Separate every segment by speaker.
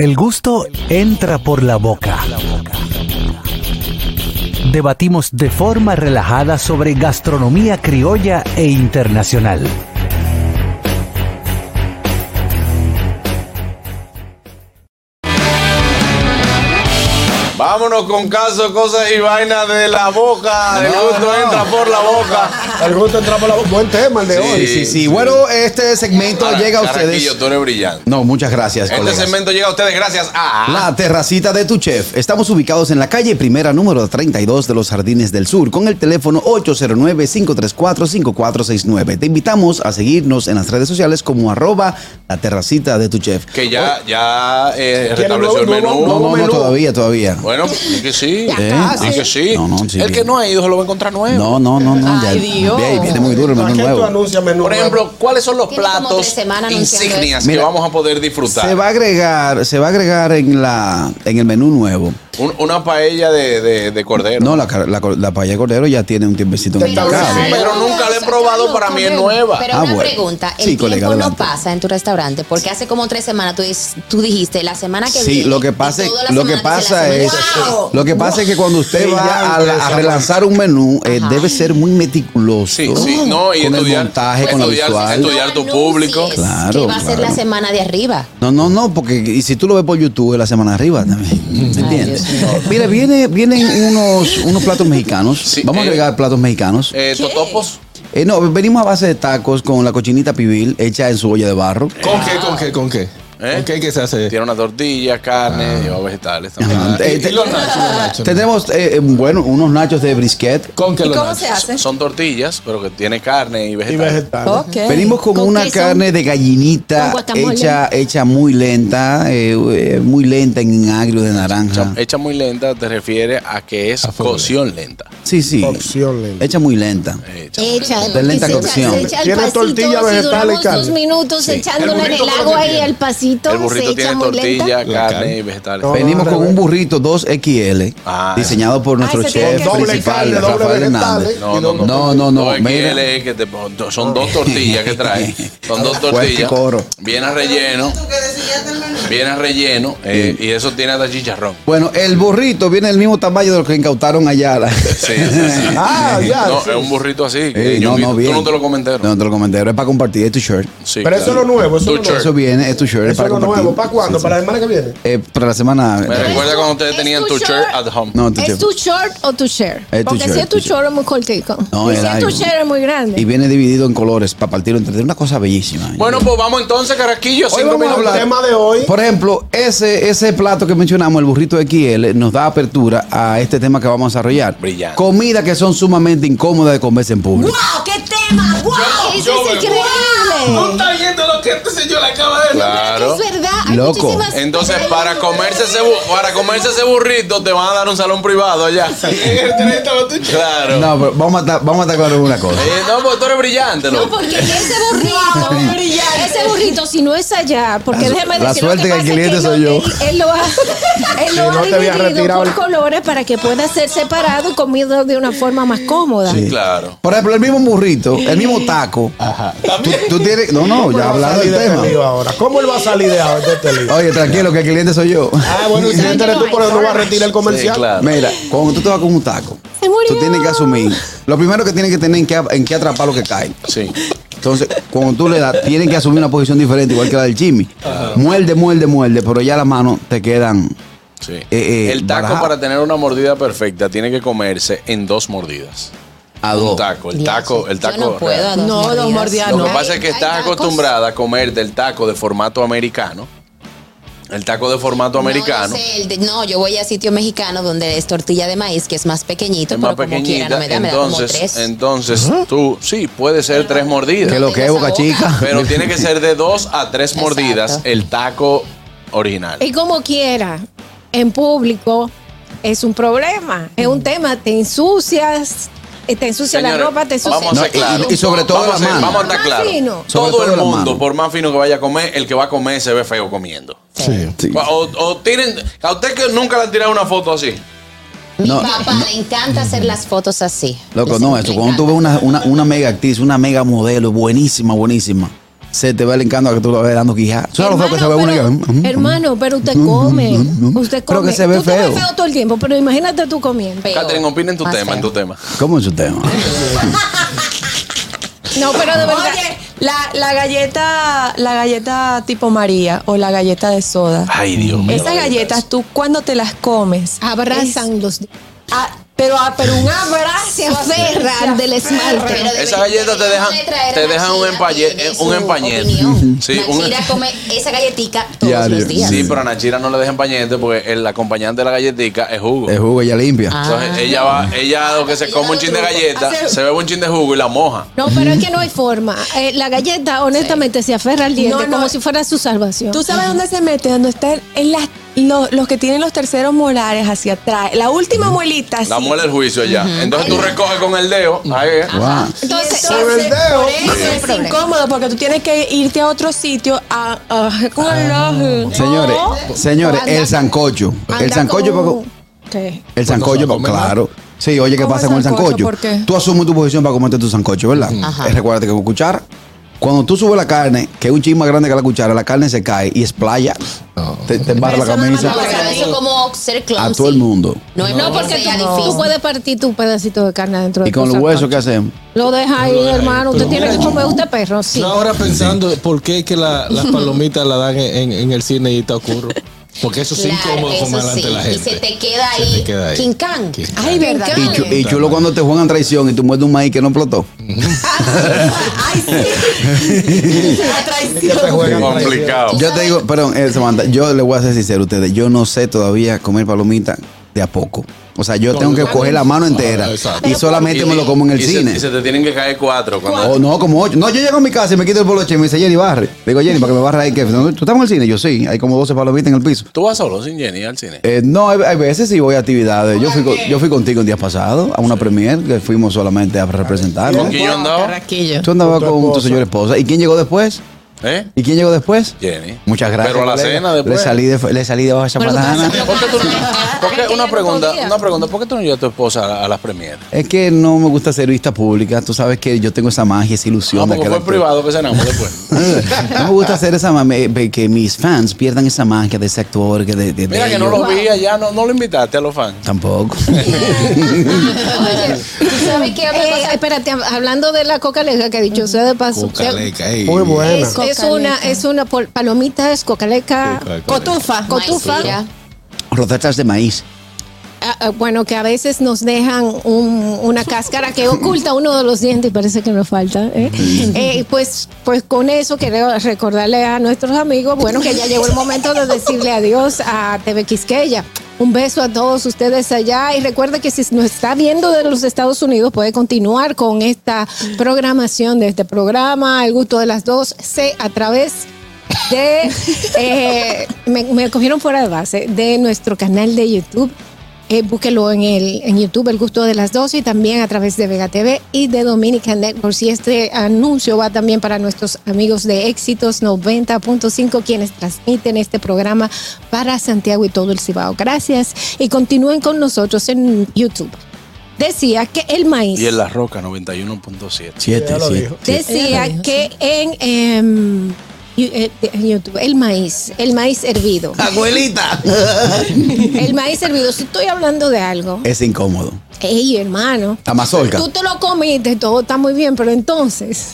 Speaker 1: El gusto entra por la boca. Debatimos de forma relajada sobre gastronomía criolla e internacional.
Speaker 2: Vámonos con casos, cosas y vainas de la boca. El gusto
Speaker 3: no.
Speaker 2: entra por la boca.
Speaker 3: El gusto entra por la boca. Buen tema el de
Speaker 2: Sí,
Speaker 3: hoy.
Speaker 2: sí,
Speaker 3: Sí,
Speaker 2: sí.
Speaker 3: sí. Bueno, este segmento
Speaker 2: Ahora,
Speaker 3: llega a
Speaker 2: Caraquillo,
Speaker 3: ustedes.
Speaker 2: tú eres brillante.
Speaker 3: No, muchas gracias,
Speaker 2: Este
Speaker 3: colegas.
Speaker 2: segmento llega a ustedes gracias a.
Speaker 3: La terracita de tu chef. Estamos ubicados en la calle primera número 32 de los Jardines del Sur con el teléfono 809-534-5469. Te invitamos a seguirnos en las redes sociales como arroba la terracita de tu chef.
Speaker 2: Que ya, ya eh,
Speaker 4: ¿Tiene
Speaker 2: restableció el
Speaker 4: nuevo-
Speaker 2: menú.
Speaker 4: nuevo-
Speaker 3: No, no, no,
Speaker 4: menú.
Speaker 3: todavía, todavía.
Speaker 2: Bueno, di que sí.
Speaker 3: casi.
Speaker 2: Di que sí.
Speaker 3: No, no, sí,
Speaker 2: el
Speaker 3: bien.
Speaker 2: que no ha ido se lo va a encontrar nuevo.
Speaker 3: No, no, no, no. Ya,
Speaker 5: Ay, Dios.
Speaker 3: Ve, viene muy duro el menú
Speaker 4: Aquí tú
Speaker 3: nuevo.
Speaker 4: anuncias menú
Speaker 2: Por ejemplo, ¿cuáles son los
Speaker 5: Tiene como tres
Speaker 2: platos
Speaker 5: semanas anunciando
Speaker 2: insignias que
Speaker 3: Mira,
Speaker 2: vamos a poder disfrutar?
Speaker 3: Se va a agregar, se va a agregar en la en el menú nuevo.
Speaker 2: Un- una paella de, de- de cordero.
Speaker 3: No, la, car- la, cor- la paella de cordero ya tiene un tiempecito en el
Speaker 4: Pero
Speaker 3: mercado.
Speaker 4: sabe-
Speaker 2: Pero nunca la he probado, para mí es nueva.
Speaker 5: Pero
Speaker 3: Ah,
Speaker 5: una
Speaker 3: bueno.
Speaker 5: pregunta, el
Speaker 3: Sí,
Speaker 5: tiempo
Speaker 3: colega,
Speaker 5: no
Speaker 3: adelante.
Speaker 5: pasa en tu restaurante, porque hace como tres semanas tú, dis- tú dijiste la semana Ah, que
Speaker 3: Sí,
Speaker 5: viene.
Speaker 3: lo que
Speaker 5: y
Speaker 3: pasa,
Speaker 5: toda la
Speaker 3: lo que
Speaker 5: semana se la
Speaker 3: pasa
Speaker 5: semana
Speaker 3: es,
Speaker 5: que viene.
Speaker 3: lo que pasa es que cuando usted
Speaker 4: Sí, ya
Speaker 3: va a, la-
Speaker 4: empieza,
Speaker 3: a relanzar un menú, eh, debe ser muy meticuloso.
Speaker 2: Sí, sí. No, y
Speaker 3: con
Speaker 2: estudiar- Pues
Speaker 3: el montaje, con lo
Speaker 2: estudiar-
Speaker 3: visual.
Speaker 2: estudiar- tu público.
Speaker 5: Claro.
Speaker 3: Claro,
Speaker 5: Que va a ser
Speaker 3: claro.
Speaker 5: la semana de arriba.
Speaker 3: No, no, no, porque y si tú lo ves por YouTube es la semana arriba también, ¿me
Speaker 5: Ay,
Speaker 3: entiendes?
Speaker 5: Dios mío.
Speaker 3: Mira, viene, vienen unos, unos platos mexicanos.
Speaker 2: Sí,
Speaker 3: Vamos a
Speaker 2: eh,
Speaker 3: agregar platos mexicanos.
Speaker 2: Eh, totopos.
Speaker 3: Eh, no, venimos a base de tacos con la cochinita pibil hecha en su olla de barro.
Speaker 4: ¿Con qué, con qué, con qué?
Speaker 2: ¿Eh?
Speaker 4: ¿Con qué que se hace?
Speaker 2: Tiene una tortilla, carne, lleva vegetales también.
Speaker 3: Ah.
Speaker 4: Y-
Speaker 3: Ajá. Eh,
Speaker 4: y
Speaker 3: te-
Speaker 4: los nachos, los nachos.
Speaker 3: Tenemos, eh, eh, bueno, unos nachos de brisket.
Speaker 4: ¿Con qué
Speaker 6: ¿Y
Speaker 4: los
Speaker 6: cómo
Speaker 4: nachos?
Speaker 6: se hace?
Speaker 2: Son tortillas, pero que tiene carne y
Speaker 4: Y
Speaker 2: vegetales.
Speaker 4: vegetales.
Speaker 3: Venimos con,
Speaker 5: ¿Con
Speaker 3: una
Speaker 5: qué son?
Speaker 3: carne de gallinita
Speaker 5: Con guacamole.
Speaker 3: hecha, hecha muy lenta, eh, eh, muy lenta en agrio de naranja.
Speaker 2: Hecha muy lenta te refiere a que es
Speaker 4: Ah. A fuego.
Speaker 2: cocción lenta. Eh,
Speaker 3: Sí, sí.
Speaker 4: Opción lenta.
Speaker 3: Hecha muy lenta.
Speaker 2: Hecha.
Speaker 5: Echa,
Speaker 3: De lenta
Speaker 5: se echa-
Speaker 3: cocción.
Speaker 5: Se echa el
Speaker 4: Tiene
Speaker 5: pasito,
Speaker 4: tortilla,
Speaker 5: si
Speaker 4: vegetales y
Speaker 5: duramos dos
Speaker 4: carne.
Speaker 5: minutos
Speaker 3: Sí.
Speaker 5: echándole en
Speaker 4: burrito con
Speaker 5: el
Speaker 4: lo
Speaker 5: agua
Speaker 4: que
Speaker 5: y
Speaker 4: tiene.
Speaker 5: el pasito
Speaker 2: El
Speaker 5: se
Speaker 2: burrito
Speaker 5: echa
Speaker 2: tiene
Speaker 5: muy lenta.
Speaker 2: tortilla,
Speaker 4: La
Speaker 2: carne
Speaker 4: carne.
Speaker 2: y vegetales.
Speaker 4: No,
Speaker 3: Venimos
Speaker 4: no,
Speaker 3: con
Speaker 4: no,
Speaker 3: un
Speaker 4: no.
Speaker 3: burrito 2XL,
Speaker 2: Ah.
Speaker 3: diseñado por nuestro
Speaker 6: se tiene
Speaker 3: chef
Speaker 6: que- Doble
Speaker 3: principal,
Speaker 4: carne, doble
Speaker 3: Rafael
Speaker 4: vegetales.
Speaker 3: Hernández.
Speaker 2: No, no, no.
Speaker 3: No, no, no,
Speaker 2: es que
Speaker 3: mira.
Speaker 2: él es que te pon- son dos tortillas que trae. Son dos
Speaker 3: Fuerte
Speaker 2: tortillas.
Speaker 3: coro.
Speaker 2: Viene relleno. Viene relleno. eh, y eso tiene hasta chicharrón.
Speaker 3: Bueno, el burrito viene del mismo tamaño de lo que incautaron allá. la-
Speaker 2: Sí, sí, sí.
Speaker 4: Ah, ya.
Speaker 2: No,
Speaker 4: sí.
Speaker 2: es un burrito así. que
Speaker 3: Eh,
Speaker 2: yo
Speaker 3: no,
Speaker 2: vi-
Speaker 3: no, bien.
Speaker 2: Tú no te lo comenté. ¿no?
Speaker 3: No te lo comenté, pero es para compartir, es tu shirt.
Speaker 2: Sí,
Speaker 4: Pero eso es lo nuevo, eso
Speaker 2: Tu
Speaker 4: es lo nuevo.
Speaker 2: shirt.
Speaker 3: Eso viene, es tu shirt, es
Speaker 4: Eso
Speaker 3: para
Speaker 4: es lo
Speaker 3: compartir.
Speaker 4: nuevo. ¿Para cuándo? ¿Para la semana que viene?
Speaker 3: Eh, para la semana.
Speaker 2: Me recuerda cuando ustedes
Speaker 5: ¿Es
Speaker 2: tenían
Speaker 5: tu
Speaker 2: tu shirt
Speaker 5: shirt?
Speaker 2: at home.
Speaker 3: No, tu
Speaker 6: ¿Es
Speaker 3: chef.
Speaker 6: tu short o tu share?
Speaker 3: Es tu
Speaker 6: Porque
Speaker 3: short,
Speaker 6: si es tu
Speaker 3: tu short.
Speaker 6: short es muy cortico.
Speaker 3: No,
Speaker 6: y
Speaker 3: el
Speaker 6: si es tu
Speaker 3: largo.
Speaker 6: share es muy grande.
Speaker 3: Y viene dividido en colores para partirlo entre una cosa bellísima.
Speaker 2: Bueno, pues vamos entonces, Caraquillo.
Speaker 4: Hoy
Speaker 2: cinco
Speaker 4: vamos a
Speaker 2: minutos.
Speaker 4: hablar. tema de hoy.
Speaker 3: Por ejemplo, ese, ese plato que mencionamos, el burrito XL, nos da apertura a este tema que vamos a desarrollar.
Speaker 2: Brillante.
Speaker 3: Comidas que son sumamente incómodas de comerse en público.
Speaker 6: ¡Qué tema! ¡Wow!
Speaker 2: Yo- yo me-
Speaker 6: increíble!
Speaker 4: estás viendo lo que este señor acaba de
Speaker 2: Claro.
Speaker 5: Es verdad, hay
Speaker 3: Loco.
Speaker 5: muchísimas-
Speaker 2: Entonces, para comerse ese bu- para comerse ese burrito te van a dar un salón privado allá.
Speaker 3: Pues
Speaker 2: claro.
Speaker 3: No, pero vamos a estar, vamos a estar claros en una cosa.
Speaker 2: Eh, no, pues tú eres brillante,
Speaker 5: No,
Speaker 2: loco.
Speaker 5: porque ese burrito,
Speaker 6: Ese burrito, si no es allá, porque
Speaker 3: La su-
Speaker 6: déjeme
Speaker 3: la
Speaker 6: decir
Speaker 3: suerte que el
Speaker 6: pasa es
Speaker 3: cliente
Speaker 6: él
Speaker 3: soy
Speaker 6: lo-
Speaker 3: yo.
Speaker 6: Él, él lo ha, él lo
Speaker 4: Si
Speaker 6: ha
Speaker 4: no te habías
Speaker 6: dividido
Speaker 4: retirado
Speaker 6: por
Speaker 4: el-
Speaker 6: colores para que pueda ser separado y comido de una forma más cómoda.
Speaker 5: pues.
Speaker 3: Sí.
Speaker 2: Claro.
Speaker 3: Por ejemplo, el mismo burrito, el mismo taco. Tú, tú tienes, no, no, ya hablando del tema.
Speaker 4: ahora. este ¿Cómo él va a salir de ahora de este lío?
Speaker 3: Oye, tranquilo, que el cliente soy yo.
Speaker 4: Ah, bueno, y si no eres tú, pero no vas a retirar el comercial.
Speaker 2: Sí, claro.
Speaker 3: Mira, cuando tú te vas con un taco,
Speaker 6: Se murió.
Speaker 3: tú tienes que asumir. Lo primero que tienes que tener en qué, en qué atrapar lo que cae.
Speaker 2: Sí.
Speaker 3: Entonces, cuando tú le das, tienen que asumir una posición diferente, igual que la del Jimmy. Muerde, muerde, muerde, pero ya las manos te quedan.
Speaker 2: sí.
Speaker 3: eh,
Speaker 2: el taco
Speaker 3: barajado.
Speaker 2: para tener una mordida perfecta tiene que comerse en dos mordidas.
Speaker 3: A
Speaker 2: Un
Speaker 3: dos.
Speaker 2: taco, el taco, el taco.
Speaker 5: Yo no puedo. a
Speaker 2: real.
Speaker 5: dos
Speaker 6: No, dos mordidas,
Speaker 2: Lo
Speaker 6: no.
Speaker 2: que pasa es que
Speaker 5: Hay- hay
Speaker 2: estás
Speaker 5: tacos-
Speaker 2: acostumbrada a comer del taco de formato americano. El taco de formato
Speaker 5: No, yo
Speaker 2: americano.
Speaker 5: sé, el de- No, yo voy a sitio mexicano donde es tortilla de maíz, que es más pequeñito,
Speaker 2: Es más
Speaker 5: pero como quiera,
Speaker 2: pequeñita.
Speaker 5: no me da, me da como
Speaker 2: Entonces,
Speaker 5: tres.
Speaker 2: entonces tú, sí, puede ser tres mordidas.
Speaker 3: Que lo que es boca chica.
Speaker 2: Pero tiene que ser de dos a tres
Speaker 5: Exacto.
Speaker 2: mordidas el taco original.
Speaker 6: Y como quiera, en público es un problema, es un tema, te ensucias, eh, te ensucia
Speaker 2: Señores,
Speaker 6: la ropa, te ensucia
Speaker 2: vamos a ser
Speaker 3: No, y-
Speaker 2: claros.
Speaker 3: y sobre todo
Speaker 2: vamos a
Speaker 3: la
Speaker 2: ser-
Speaker 3: mano.
Speaker 2: Vamos a estar
Speaker 6: Más
Speaker 2: claros.
Speaker 6: fino.
Speaker 3: Sobre
Speaker 2: Todo
Speaker 3: todo
Speaker 2: el
Speaker 3: la
Speaker 2: mundo,
Speaker 3: mano.
Speaker 2: por más fino que vaya a comer, el que va a comer se ve feo comiendo.
Speaker 4: Sí.
Speaker 3: Sí.
Speaker 2: O, o tienen. A usted que nunca le han tirado una foto así.
Speaker 5: Mi
Speaker 3: No,
Speaker 5: papá le encanta hacer las fotos así.
Speaker 3: Loco,
Speaker 5: Les-
Speaker 3: no,
Speaker 5: le
Speaker 3: eso. Cuando tú
Speaker 5: encanta.
Speaker 3: ves una, una, una mega actriz, una mega modelo, buenísima, buenísima. se te va el encanto a que tú lo ves dando quijada. Eso es lo feo que se ve uno y
Speaker 6: pero-
Speaker 3: que, mm, mm,
Speaker 6: hermano, pero usted
Speaker 3: mm,
Speaker 6: come.
Speaker 3: mm, mm,
Speaker 6: Usted come.
Speaker 3: pero que se ve
Speaker 6: tú te ves
Speaker 3: feo.
Speaker 6: feo todo el tiempo, pero imagínate tú comiendo.
Speaker 5: Feo.
Speaker 2: Catherine, opina en tu
Speaker 5: Más
Speaker 2: tema, en
Speaker 5: feo.
Speaker 2: tu tema.
Speaker 3: ¿Cómo es su tema?
Speaker 6: No, pero de verdad.
Speaker 7: Oye, la, la galleta, la galleta tipo María o la galleta de soda.
Speaker 2: Ay, Dios mío.
Speaker 7: Esas galletas, tú cuando te las comes,
Speaker 6: abrazan los
Speaker 7: es- ah, pero, ah, pero un abrazo.
Speaker 6: se aferran del esmalte.
Speaker 2: Esa galleta te deja- te deja un empañe- eh, un empañete. Sí,
Speaker 5: Sí,
Speaker 2: un-
Speaker 5: come esa galletica todos
Speaker 3: Diario.
Speaker 5: los días.
Speaker 2: Sí, pero a Nachira no le dejen pañete porque el acompañante de la galletica es jugo.
Speaker 3: El jugo ya limpia.
Speaker 6: Ah.
Speaker 2: Entonces ella va, ella lo que se
Speaker 5: Ella
Speaker 2: come
Speaker 5: da
Speaker 2: un chin de
Speaker 5: otro-
Speaker 2: galleta,
Speaker 7: hace-
Speaker 2: se bebe un chin de jugo y la moja.
Speaker 6: No, pero es que no hay forma. Eh, la galleta, honestamente, se aferra al diente
Speaker 7: No, no.
Speaker 6: como si fuera su salvación.
Speaker 7: ¿Tú sabes dónde se mete? Donde están en las, lo- los que tienen los terceros molares hacia atrás. La última muelita.
Speaker 2: Mm. La
Speaker 7: así.
Speaker 2: muela el juicio ya. Entonces tú recoges con el dedo. Ahí,
Speaker 3: Guau.
Speaker 5: Entonces,
Speaker 7: Entonces,
Speaker 4: Sobre el dedo.
Speaker 7: por eso
Speaker 5: Ese es
Speaker 7: es
Speaker 5: el problema.
Speaker 7: incómodo porque tú tienes que irte a otro sitio a, a- con el
Speaker 2: Ah.
Speaker 7: ojo.
Speaker 3: Señores, señores,
Speaker 6: Anda-
Speaker 3: el sancocho. El
Speaker 6: Anda
Speaker 3: sancocho,
Speaker 6: como-
Speaker 3: porque-
Speaker 6: ¿Qué?
Speaker 3: el sancocho,
Speaker 4: ¿Cómo se va a comer?
Speaker 3: claro. Sí, oye, ¿qué
Speaker 7: ¿Cómo
Speaker 3: pasa con el
Speaker 7: sancocho?
Speaker 3: sancocho?
Speaker 7: ¿Por qué?
Speaker 3: Tú asumes tu posición para comerte tu sancocho, ¿verdad?
Speaker 5: Ajá.
Speaker 3: Eh, Recuérdate que con cuchara, cuando tú subes la carne, que es un chin más grande que la cuchara, la carne se cae y es playa. Te, te embarra la
Speaker 7: Pero eso no es
Speaker 3: camisa.
Speaker 5: no,
Speaker 7: Esa-
Speaker 5: pero eso es como ser clumsy.
Speaker 3: A todo el mundo.
Speaker 5: No, es
Speaker 6: No,
Speaker 5: porque
Speaker 6: porque
Speaker 5: sea
Speaker 6: tú, tú
Speaker 5: difícil.
Speaker 6: puedes partir tu pedacito de carne dentro de
Speaker 3: Y con
Speaker 6: tu
Speaker 3: los huesos,
Speaker 6: sancocho.
Speaker 3: ¿qué hacemos?
Speaker 6: Lo deja ahí,
Speaker 8: Lo deja ahí,
Speaker 6: hermano. Usted
Speaker 8: pero
Speaker 6: tiene que
Speaker 8: mira.
Speaker 6: comer usted perro, sí.
Speaker 8: Yo ahora pensando por qué es que la- las palomitas la dan en, en- en el cine y está ocurro. Porque eso
Speaker 5: Claro,
Speaker 8: es incómodo
Speaker 5: eso
Speaker 8: comer ante
Speaker 5: sí.
Speaker 8: la
Speaker 5: Y
Speaker 8: gente.
Speaker 5: se te queda
Speaker 8: Se
Speaker 5: ahí.
Speaker 8: te queda ahí.
Speaker 5: King Kang.
Speaker 8: King
Speaker 5: Ay, verdad.
Speaker 3: Y, chu- y chulo cuando te juegan traición y tú muerdes un maíz que no explotó.
Speaker 7: Ay, sí. La
Speaker 4: Que te
Speaker 7: traición.
Speaker 4: juegan traición.
Speaker 2: complicado.
Speaker 3: Yo te digo, perdón, eh, Samantha, yo le voy a ser sincero a ustedes. Yo no sé todavía comer palomita de a poco. O sea, yo tengo que coger la mano entera
Speaker 8: Ah, exacto.
Speaker 3: y solamente
Speaker 2: Y-
Speaker 3: me lo como en el
Speaker 2: y se-
Speaker 3: cine.
Speaker 2: y se te tienen que caer cuatro. Cuando
Speaker 3: O no, como ocho. No, yo llego a mi casa y me quito el poloche y me dice Jenny barre. Digo, Jenny, para que me barra ahí, que ¿Tú estás en el cine? Yo sí, hay como 12 palomitas en el piso.
Speaker 2: Tú vas solo sin Jenny al cine.
Speaker 3: Eh, no, hay, hay veces sí voy a actividades. Yo fui, con- yo fui contigo el día pasado a una premier que fuimos solamente a representar.
Speaker 2: ¿Con quién yo andaba?
Speaker 9: Carraquillo.
Speaker 3: Tú andabas
Speaker 4: Con tu
Speaker 3: con tu
Speaker 4: esposa.
Speaker 3: señora esposa. ¿Y quién llegó después?
Speaker 2: ¿Eh?
Speaker 3: ¿Y quién llegó después?
Speaker 2: Jenny.
Speaker 3: Muchas gracias.
Speaker 2: Pero a la
Speaker 3: colega.
Speaker 2: cena después.
Speaker 3: Le salí, de, le salí debajo de esa
Speaker 6: Pero tú
Speaker 3: banana.
Speaker 6: estás-
Speaker 2: ¿Por qué tú no- por qué-
Speaker 6: Ay, que
Speaker 2: una
Speaker 6: yo no
Speaker 2: pregunta,
Speaker 6: podía.
Speaker 2: una pregunta, ¿por qué tú no llevas a tu esposa a, a las premieres?
Speaker 3: Es que no me gusta ser vista pública. Tú sabes que yo tengo esa magia, esa ilusión.
Speaker 2: No,
Speaker 3: de
Speaker 2: Ah, porque
Speaker 3: que
Speaker 2: fue
Speaker 3: la-
Speaker 2: privado que cenamos después.
Speaker 3: no me gusta hacer esa magia, que mis fans pierdan esa magia de ese actor. Que de, de- de
Speaker 2: Mira que no
Speaker 3: ellos.
Speaker 2: lo vi allá, no, no lo invitaste a los fans.
Speaker 3: Tampoco.
Speaker 5: Oye, ¿tú sabes qué? Otra
Speaker 6: Eh,
Speaker 5: cosa-
Speaker 6: espérate, hablando de la cocaleja que dicho sea de paso.
Speaker 8: Cocaleca, ey.
Speaker 4: Muy buena.
Speaker 6: Es, es una, es una pol- palomita, es cocaleca,
Speaker 8: Cocaleca.
Speaker 6: cotufa, cotufa.
Speaker 5: Maicilla.
Speaker 3: Rotatas de maíz.
Speaker 6: Ah, ah, bueno, que a veces nos dejan un- una cáscara que oculta uno de los dientes, parece que nos falta. ¿eh? Eh, pues, pues con eso quiero recordarle a nuestros amigos, bueno, que ya llegó el momento de decirle adiós a TV Quisqueya. Un beso a todos ustedes allá y recuerde que si nos está viendo de los Estados Unidos puede continuar con esta programación de este programa, El Gusto de las Dos, C a través de eh, me, me cogieron fuera de base de nuestro canal de YouTube. Eh, búsquelo en el en YouTube, El Gusto de las 12, y también a través de Vega TV y de Dominican Network. Si este anuncio va también para nuestros amigos de Éxitos 90.5, quienes transmiten este programa para Santiago y todo el Cibao. Gracias y continúen con nosotros en YouTube. Decía que el maíz.
Speaker 2: Y en La Roca 91.7.
Speaker 4: Ya
Speaker 3: Siete,
Speaker 4: lo
Speaker 3: siete.
Speaker 4: dijo.
Speaker 6: Decía que en, em, yu- eh, de- en YouTube, el maíz, el maíz hervido.
Speaker 3: ¡Abuelita!
Speaker 6: El maíz hervido, si estoy hablando de algo,
Speaker 3: Es incómodo.
Speaker 6: ey, hermano,
Speaker 3: La mazorca.
Speaker 6: tú te lo comiste, todo está muy bien, pero entonces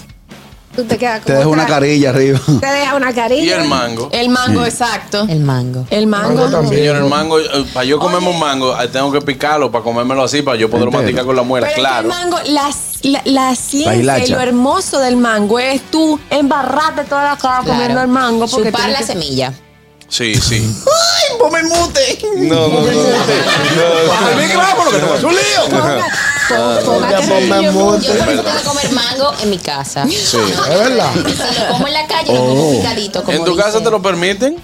Speaker 6: tú te quedas como
Speaker 3: Te dejo una
Speaker 6: atrás.
Speaker 3: carilla arriba.
Speaker 6: Te deja una carilla.
Speaker 2: Y el mango.
Speaker 7: El mango, exacto.
Speaker 5: El mango.
Speaker 7: El mango.
Speaker 4: Mango también.
Speaker 2: Señor, el mango, eh, para yo comerme un mango, eh, tengo que picarlo para comérmelo así, para yo poderlo
Speaker 3: Entero.
Speaker 2: masticar con la muela,
Speaker 7: Pero es que
Speaker 2: claro.
Speaker 7: el mango, las- la, la ciencia
Speaker 3: hilacha.
Speaker 7: y lo hermoso del mango es tú embarrarte toda la cara
Speaker 5: Claro.
Speaker 7: comiendo el mango. Porque
Speaker 5: Chupar
Speaker 7: tienes
Speaker 5: la
Speaker 7: que-
Speaker 5: semilla.
Speaker 2: Sí, sí.
Speaker 4: No, no,
Speaker 3: ¡Al micrófono, que te vas a un lío!
Speaker 6: Ponga- pon- ponga
Speaker 4: Ya
Speaker 6: carilla,
Speaker 4: ponme
Speaker 6: hermano.
Speaker 4: mute.
Speaker 5: Yo por eso tengo que comer mango en mi casa.
Speaker 2: Sí.
Speaker 4: Es verdad.
Speaker 5: Si lo como en la calle, lo como
Speaker 3: Oh.
Speaker 5: picadito. Como
Speaker 2: ¿En tu
Speaker 5: dicen.
Speaker 2: casa te lo permiten?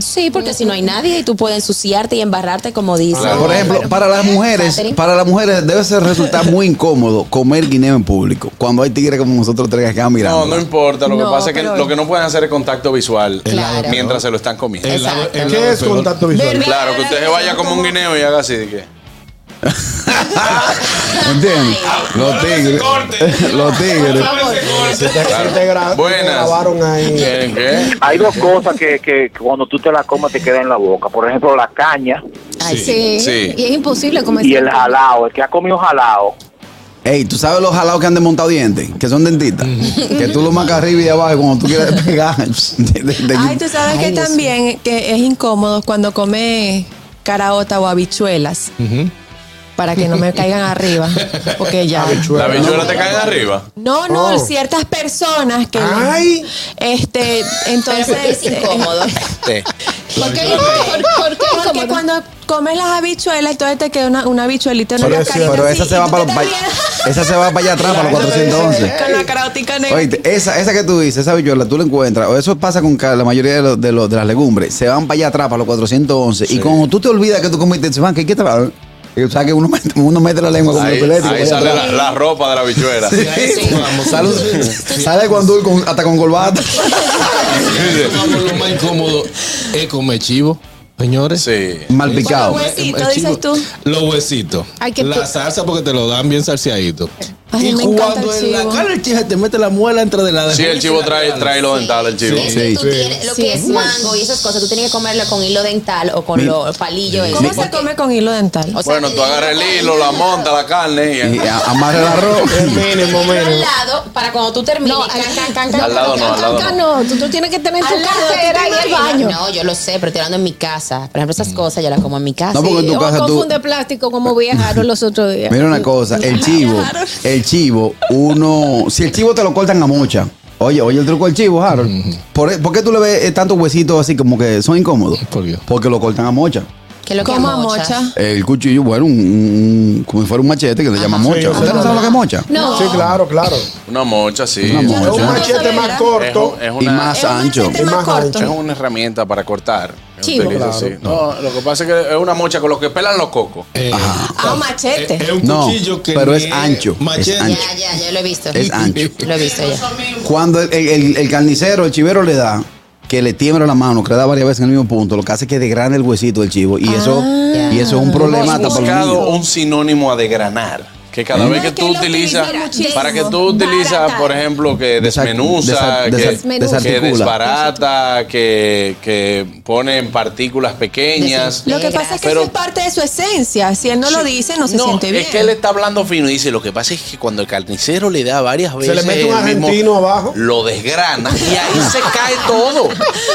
Speaker 5: Sí, porque si no hay nadie y tú puedes ensuciarte y embarrarte, como dicen.
Speaker 2: Claro.
Speaker 3: Por ejemplo, para las mujeres,
Speaker 5: Catherine.
Speaker 3: para las mujeres debe ser resultar muy incómodo comer guineo en público. Cuando hay tigres como nosotros tres que están mirando.
Speaker 2: No, no importa. Lo que
Speaker 7: No,
Speaker 2: pasa es que
Speaker 7: pero-
Speaker 2: lo que no pueden hacer es contacto visual
Speaker 5: Claro.
Speaker 2: mientras se lo están comiendo.
Speaker 8: El lado- el
Speaker 5: Exacto.
Speaker 8: lado
Speaker 4: ¿Qué es
Speaker 8: peor.
Speaker 4: contacto visual?
Speaker 7: Ver-
Speaker 2: Claro, que usted se vaya como un guineo y haga así de que.
Speaker 3: ¿Entiendes? Los tigres. Los tigres.
Speaker 2: Buenas.
Speaker 9: grabaron ahí.
Speaker 2: ¿Qué? ¿Qué?
Speaker 10: Hay dos cosas que, que cuando tú te la comas te queda en la boca. Por ejemplo, la caña
Speaker 6: Ay,
Speaker 2: Sí,
Speaker 6: sí.
Speaker 2: sí.
Speaker 6: Y es imposible comer.
Speaker 10: y el jalao. El que ha comido jalao.
Speaker 3: Ey, ¿tú sabes los jalados que han desmontado dientes? Que son dentistas. que tú los marcas arriba y abajo y cuando tú quieres despegar. de- de- de-
Speaker 7: Ay, tú sabes que también que es incómodo cuando come caraota o habichuelas. Para que no me caigan arriba. Porque ya.
Speaker 2: ¿La bichuela te caen arriba?
Speaker 7: No, no,
Speaker 9: Oh.
Speaker 7: ciertas personas que.
Speaker 9: Ay.
Speaker 7: Este, entonces.
Speaker 5: es incómodo.
Speaker 2: Sí.
Speaker 6: ¿Por qué? ¿Por, por qué es
Speaker 7: eh, Porque
Speaker 6: incómodo?
Speaker 7: cuando comes las habichuelas, entonces te queda una, una habichuelita en
Speaker 3: Pero,
Speaker 7: una
Speaker 9: es-
Speaker 7: carita
Speaker 3: pero
Speaker 7: así,
Speaker 3: esa se
Speaker 7: y
Speaker 3: va
Speaker 7: tú
Speaker 3: para
Speaker 7: te
Speaker 3: los pa-
Speaker 7: ríes
Speaker 3: Esa se va para allá atrás, para los 411.
Speaker 7: Con la caraotica negra.
Speaker 3: Oíste, esa, esa que tú dices, esa bichuela, tú la encuentras, o eso pasa con ca- la mayoría de, los- de los- de las legumbres, se van para allá atrás, para los 411, y cuando tú te olvidas que tú comiste, se van, ¿qué, qué te va? Eh, O sea, que uno mete, uno mete la lengua como
Speaker 2: Ahí,
Speaker 3: epilético.
Speaker 2: ahí sale la, la ropa de la bichuela.
Speaker 3: Sale, sale Guandul con- hasta con corbata.
Speaker 8: Vamos, lo más incómodo es comer chivo, señores.
Speaker 2: Sí.
Speaker 3: Mal picado.
Speaker 7: Con los huesitos,
Speaker 8: El chivo-
Speaker 7: dices tú.
Speaker 8: Los huesitos.
Speaker 6: Ay, que
Speaker 8: la
Speaker 6: tú-
Speaker 8: salsa porque te lo dan bien salseadito.
Speaker 7: Ay,
Speaker 8: y
Speaker 7: me encanta
Speaker 8: cuando
Speaker 7: el
Speaker 8: en la
Speaker 7: chivo.
Speaker 8: cara el chivo te mete la muela entre de la de
Speaker 2: Sí, el chivo trae, trae los dentales, el chivo.
Speaker 5: Es
Speaker 3: Sí.
Speaker 5: que tú tienes- lo que
Speaker 6: Sí.
Speaker 5: es mango y esas cosas, tú tienes que comerlo con hilo dental o con
Speaker 3: Mi-
Speaker 5: los palillos.
Speaker 7: ¿Cómo se come con hilo dental?
Speaker 2: Bueno, tú agarras el hilo, la monta, la carne y
Speaker 3: Y a- amarra el arroz.
Speaker 9: Mínimo,
Speaker 5: al
Speaker 9: mínimo.
Speaker 5: lado para cuando tú termines.
Speaker 6: No,
Speaker 5: can,
Speaker 6: al-
Speaker 5: can, can,
Speaker 6: no,
Speaker 5: can,
Speaker 2: Al lado no,
Speaker 5: can,
Speaker 2: al lado
Speaker 6: Acá no, tú, tú tienes que tener en tu
Speaker 5: Al lado,
Speaker 6: cartera
Speaker 5: ¿tú te
Speaker 6: y el
Speaker 5: imaginas?
Speaker 6: baño.
Speaker 5: No, yo lo sé, pero estoy hablando en mi casa. Por ejemplo, esas cosas yo las como en mi casa.
Speaker 3: No, porque en tu
Speaker 6: o
Speaker 3: casa
Speaker 6: con
Speaker 3: tú-
Speaker 6: funda de plástico como viajaron los otros días. Ah,
Speaker 3: Mira una cosa, el chivo, el chivo, uno, si el chivo te lo cortan a mocha. Oye, oye el truco del chivo, Harold. ¿Por, por qué tú le ves eh, tantos huesitos así como que son incómodos?
Speaker 8: ¿Por qué?
Speaker 3: Porque lo cortan a mocha.
Speaker 5: que lo que
Speaker 7: Como a
Speaker 5: amochas.
Speaker 7: mocha.
Speaker 3: El cuchillo, bueno, un- un- un- como si fuera un machete que le llaman mocha.
Speaker 9: Sí,
Speaker 3: ¿Usted
Speaker 9: sí.
Speaker 3: no sabe lo que es mocha?
Speaker 6: No.
Speaker 9: Sí, claro, claro.
Speaker 2: una mocha, sí.
Speaker 3: Una
Speaker 9: Es
Speaker 3: mocha.
Speaker 9: un machete más corto.
Speaker 2: Es, es
Speaker 3: Y
Speaker 2: una,
Speaker 3: más
Speaker 7: Es un
Speaker 3: ancho.
Speaker 7: machete
Speaker 9: Y
Speaker 7: más
Speaker 9: más
Speaker 7: corto.
Speaker 2: es una herramienta para cortar. que
Speaker 6: Chivo.
Speaker 2: utilizo,
Speaker 9: Claro.
Speaker 2: sí. no. lo que pasa es que es una mocha con lo que pelan los cocos.
Speaker 7: Ah, machete.
Speaker 8: Es, es un
Speaker 3: No,
Speaker 8: cuchillo que
Speaker 3: pero
Speaker 8: ni
Speaker 3: es ancho, es
Speaker 8: Machete.
Speaker 3: ancho.
Speaker 5: Ya, ya, ya lo he visto.
Speaker 3: Es ancho.
Speaker 5: Lo he visto ya.
Speaker 3: Cuando el, el- el- el carnicero, el chivero le da, que le tiembla la mano, que le da varias veces en el mismo punto, lo que hace es que degrana el huesito del chivo. Y eso, y eso es un problema hasta
Speaker 2: Hemos
Speaker 3: para los
Speaker 2: buscado
Speaker 3: niños.
Speaker 2: un sinónimo a degranar. Que cada vez que
Speaker 7: es que
Speaker 2: tú
Speaker 7: lo
Speaker 2: utilizas,
Speaker 7: utilizan muchísimo.
Speaker 2: para que tú utilizas,
Speaker 7: Barata.
Speaker 2: por ejemplo, que
Speaker 3: Desa-
Speaker 2: desmenuza,
Speaker 3: desa-
Speaker 2: que,
Speaker 3: desa-
Speaker 2: que
Speaker 3: desarticula.
Speaker 2: desbarata, que, que pone en partículas pequeñas.
Speaker 7: Lo que pasa es que
Speaker 2: Pero-
Speaker 7: eso es parte de su esencia. Si él no lo dice, no se siente bien.
Speaker 2: Es que él está hablando fino y dice, lo que pasa es que cuando el carnicero le da varias veces,
Speaker 9: le mete un
Speaker 2: él mismo
Speaker 9: argentino abajo.
Speaker 2: Lo desgrana y ahí se cae todo.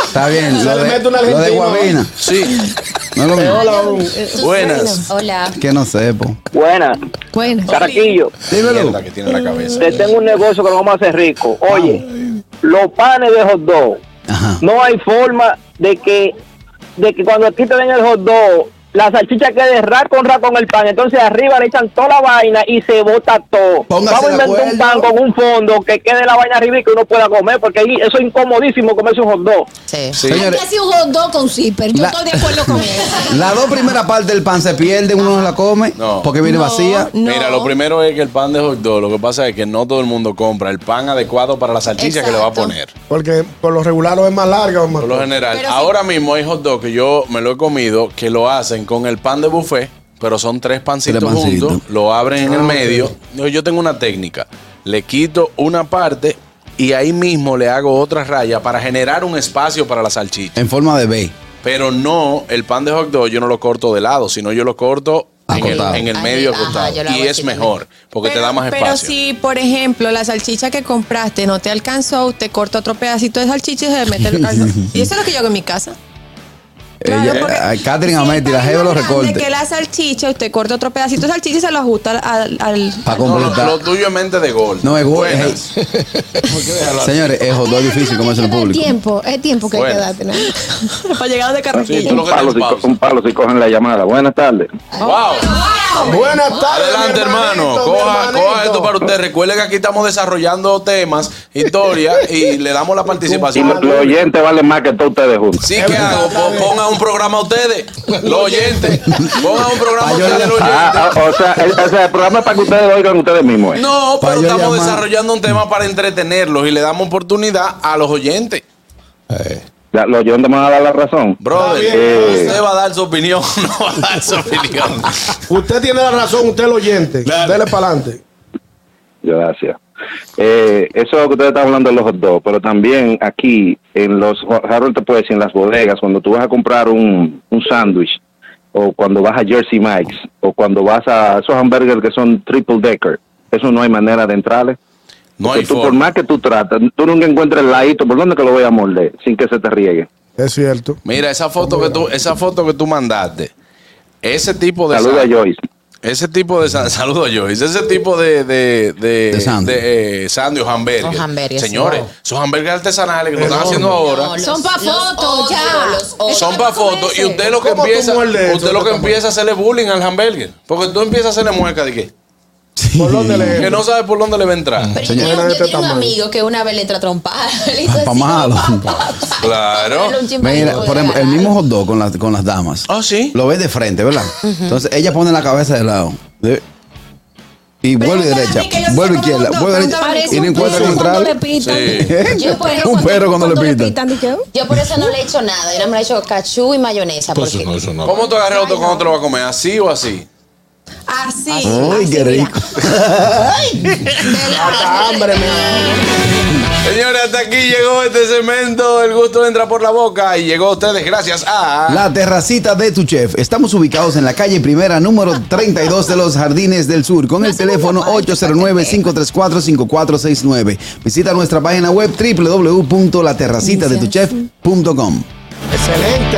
Speaker 3: Está bien,
Speaker 9: Se
Speaker 3: lo
Speaker 9: le
Speaker 3: de,
Speaker 9: mete una
Speaker 3: lo de
Speaker 9: argentina,
Speaker 3: Guabina.
Speaker 2: Sí.
Speaker 3: No es lo mismo.
Speaker 9: Hola, un-
Speaker 5: eh.
Speaker 2: Buenas.
Speaker 5: Hola.
Speaker 3: Que no sé, po.
Speaker 10: Buenas,
Speaker 6: Bueno.
Speaker 10: Caraquillo.
Speaker 2: Mierda que tiene en la cabeza.
Speaker 10: Te tengo un negocio que lo vamos a hacer rico. Oye, los panes de hot dog.
Speaker 3: Ajá.
Speaker 10: No hay forma de que, de que cuando aquí te den el hot dog, la salchicha quede ra con ra con el pan. Entonces arriba le echan toda la vaina y se bota todo.
Speaker 3: Póngase
Speaker 10: Vamos a
Speaker 3: de
Speaker 10: inventar un pan
Speaker 3: acuerdo.
Speaker 10: con un fondo que quede la vaina arriba y que uno pueda comer, porque ahí eso es incomodísimo comerse un hot dog.
Speaker 5: Sí.
Speaker 2: Sí.
Speaker 6: Hay que
Speaker 3: Señores,
Speaker 6: hacer un hot dog con zipper. Yo
Speaker 3: La-
Speaker 6: estoy de acuerdo con él.
Speaker 3: las dos primeras partes del pan se pierden, uno no la come
Speaker 2: No.
Speaker 3: porque viene
Speaker 7: No,
Speaker 3: vacía.
Speaker 7: no.
Speaker 2: Mira, lo primero es que el pan de hot dog, lo que pasa es que no todo el mundo compra el pan adecuado para la salchicha que le va a
Speaker 5: Exacto.
Speaker 2: poner.
Speaker 9: Porque por lo regular lo es más larga, Omar.
Speaker 2: Por lo general, ahora mismo hay hot dog que yo me lo he comido, que lo hacen con el pan de buffet, pero son tres pancitos
Speaker 3: Tres pancitos.
Speaker 2: juntos, lo abren en
Speaker 9: Ah,
Speaker 2: el
Speaker 9: ok.
Speaker 2: medio. Yo- Yo tengo una técnica, le quito una parte y ahí mismo le hago otra raya para generar un espacio para la salchicha.
Speaker 3: En forma de B.
Speaker 2: Pero no, el pan de hot dog yo no lo corto de lado, sino yo lo corto en el,
Speaker 3: Acotado.
Speaker 2: en el
Speaker 5: Ahí,
Speaker 2: medio
Speaker 5: ajá,
Speaker 2: acotado.
Speaker 5: yo lo hago
Speaker 2: Y es
Speaker 5: así también.
Speaker 2: mejor, porque te da más
Speaker 7: pero
Speaker 2: espacio.
Speaker 7: si, por ejemplo, la salchicha que compraste no te alcanzó, usted corta otro pedacito de salchicha y se le mete el calzón. Y eso es lo que yo hago en mi casa.
Speaker 3: Ella-
Speaker 7: porque
Speaker 2: eh,
Speaker 3: a Catherine
Speaker 7: si el
Speaker 3: Ameti, la
Speaker 7: pan es
Speaker 3: jeva
Speaker 7: más
Speaker 3: los
Speaker 7: grande
Speaker 3: recortes.
Speaker 7: que la salchicha, usted corta otro pedacito de salchicha y se lo ajusta al... al-
Speaker 3: Para
Speaker 2: No, lo,
Speaker 3: completar.
Speaker 2: lo tuyo es mente de gol.
Speaker 3: No, es gol, es-
Speaker 2: Buenas.
Speaker 3: Señores, es hot dog difícil como es el
Speaker 6: Hay que dar
Speaker 3: público.
Speaker 6: tiempo, es tiempo que hay que
Speaker 2: Bueno.
Speaker 6: darte. ¿no?
Speaker 7: para llegar
Speaker 2: Sí,
Speaker 7: donde carretilla.
Speaker 2: tú lo que tienes pausa.
Speaker 10: si cogen la llamada. Buenas tardes.
Speaker 2: Wow.
Speaker 9: Buenas tardes.
Speaker 2: Adelante,
Speaker 9: mi hermanito,
Speaker 2: hermano.
Speaker 9: mi
Speaker 2: Coja,
Speaker 9: hermanito.
Speaker 2: coja esto para usted. Recuerde que aquí estamos desarrollando temas, historias y le damos la participación. al público.
Speaker 10: oyentes valen más que todos ustedes juntos.
Speaker 2: Sí, que hago? Po- Ponga un programa a ustedes, los oyentes. Ponga un programa a ustedes, los oyentes.
Speaker 10: Ah, o sea, el, programa es para que ustedes oigan ustedes mismos. eh.
Speaker 2: No,
Speaker 3: Pa'
Speaker 2: pero
Speaker 3: yo
Speaker 2: estamos
Speaker 3: llamar.
Speaker 2: desarrollando un tema para entretenerlos y le damos oportunidad a los oyentes.
Speaker 10: los oyentes me van a dar la razón.
Speaker 2: Brother,
Speaker 9: Está bien,
Speaker 2: usted va a dar su opinión, no va a dar su opinión.
Speaker 4: Usted tiene la razón, usted es el oyente. Dele para adelante.
Speaker 10: Gracias. Eh, eso que ustedes están hablando de los hot dogs, pero también aquí en los, Harold te puede decir, en las bodegas, cuando tú vas a comprar un, un sándwich, o cuando vas a Jersey Mike's, o cuando vas a esos hamburgers que son triple decker, eso no hay manera de entrarle.
Speaker 2: No
Speaker 4: hay
Speaker 10: tú,
Speaker 4: forma.
Speaker 10: por más que tú tratas, tú nunca encuentras el ladito, ¿por dónde que lo voy a morder sin que se te riegue?
Speaker 4: Es cierto.
Speaker 2: Mira, esa foto que tú, esa foto que tú mandaste, ese tipo de
Speaker 10: Saluda a
Speaker 2: sal-
Speaker 10: Joyce.
Speaker 2: Ese tipo de san- saludo a Joyce, ese tipo de de de de
Speaker 3: sándwich.
Speaker 2: eh, sándwich o hamburguesas.
Speaker 5: Los hamburguesas,
Speaker 2: Señores,
Speaker 5: wow.
Speaker 2: esos hamburguesas artesanales que lo están haciendo ahora.
Speaker 6: Son para fotos,
Speaker 5: odio,
Speaker 6: ya.
Speaker 5: los odio.
Speaker 2: son para fotos y usted lo que
Speaker 4: ¿Cómo tú
Speaker 2: empieza,
Speaker 4: muerdes eso
Speaker 2: usted lo que
Speaker 4: que te
Speaker 2: empieza a hacerle bullying al hamburger, porque tú empiezas a hacerle mueca de qué?
Speaker 4: ¿Por dónde le
Speaker 2: Que no sabe por dónde le va a entrar.
Speaker 5: Pero yo
Speaker 3: Señora,
Speaker 5: tengo-
Speaker 3: de
Speaker 5: yo
Speaker 3: este
Speaker 5: tengo un
Speaker 3: tamaño.
Speaker 5: amigo que una vez le entra a trompar.
Speaker 3: Pa' malo.
Speaker 2: Claro.
Speaker 3: Mira, por ejemplo, el mismo hot dog con las, con las damas.
Speaker 2: Ah, sí.
Speaker 3: Lo ves de frente, ¿verdad? Entonces ella pone la cabeza de lado. De- Y vuelve
Speaker 7: Pregúntale a
Speaker 3: derecha,
Speaker 7: mí que yo
Speaker 3: vuelve
Speaker 7: sé cómo
Speaker 3: izquierda,
Speaker 7: lo
Speaker 3: vuelve
Speaker 7: hago,
Speaker 3: derecha.
Speaker 7: pregúntale
Speaker 3: Y no encuentra
Speaker 6: cuando le
Speaker 3: contrario.
Speaker 6: pitan.
Speaker 2: Sí.
Speaker 3: ¿Eh?
Speaker 5: Yo, por ejemplo,
Speaker 3: Un perro cuando le
Speaker 6: Cuando le
Speaker 3: pitan.
Speaker 6: pitan, ¿y qué?
Speaker 5: Yo por eso no le he hecho nada. Yo no me le he hecho cachú y mayonesa.
Speaker 11: Pues
Speaker 5: porque
Speaker 11: eso no, eso no.
Speaker 2: ¿Cómo tú agarras otro cuando te lo vas a comer? ¿Así o así?
Speaker 7: Así.
Speaker 3: Ay, qué rico.
Speaker 4: Hasta hambre, me da.
Speaker 2: Señores, hasta aquí llegó este cemento. El gusto entra por la boca y llegó a ustedes gracias a.
Speaker 3: La terracita de tu chef. Estamos ubicados en la calle primera, número 32 de los Jardines del Sur, con el teléfono 809-534-5469. Visita nuestra página web www.laterracitadetuchef.com.
Speaker 4: Excelente.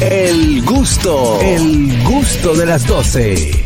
Speaker 1: El gusto, el gusto de las 12.